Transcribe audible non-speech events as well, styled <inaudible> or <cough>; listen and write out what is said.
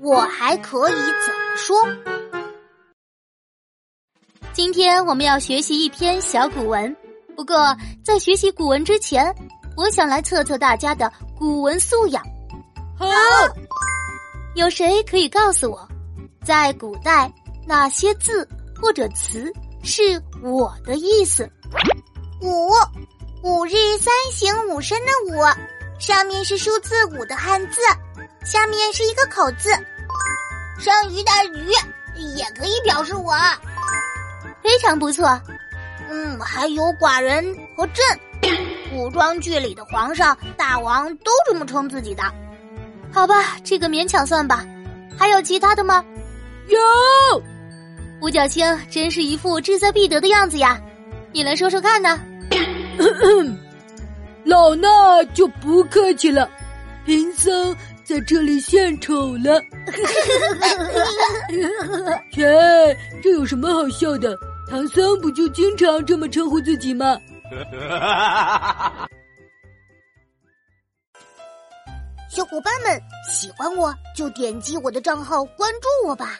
我还可以怎么说？今天我们要学习一篇小古文，不过在学习古文之前，我想来测测大家的古文素养。好，有谁可以告诉我，在古代哪些字或者词是我的意思？五，五日三省吾身的五，上面是数字五的汉字，下面是一个口字。上鱼的鱼也可以表示我。非常不错，嗯，还有寡人和 <coughs> 朕，古装剧里的皇上、大王都这么称自己的。好吧，这个勉强算吧。还有其他的吗？有，五角星真是一副志在必得的样子呀！你来说说看呢？老衲就不客气了，贫僧在这里献丑了。 <laughs> 切，这有什么好笑的？唐僧不就经常这么称呼自己吗？小伙伴们，喜欢我就点击我的账号关注我吧。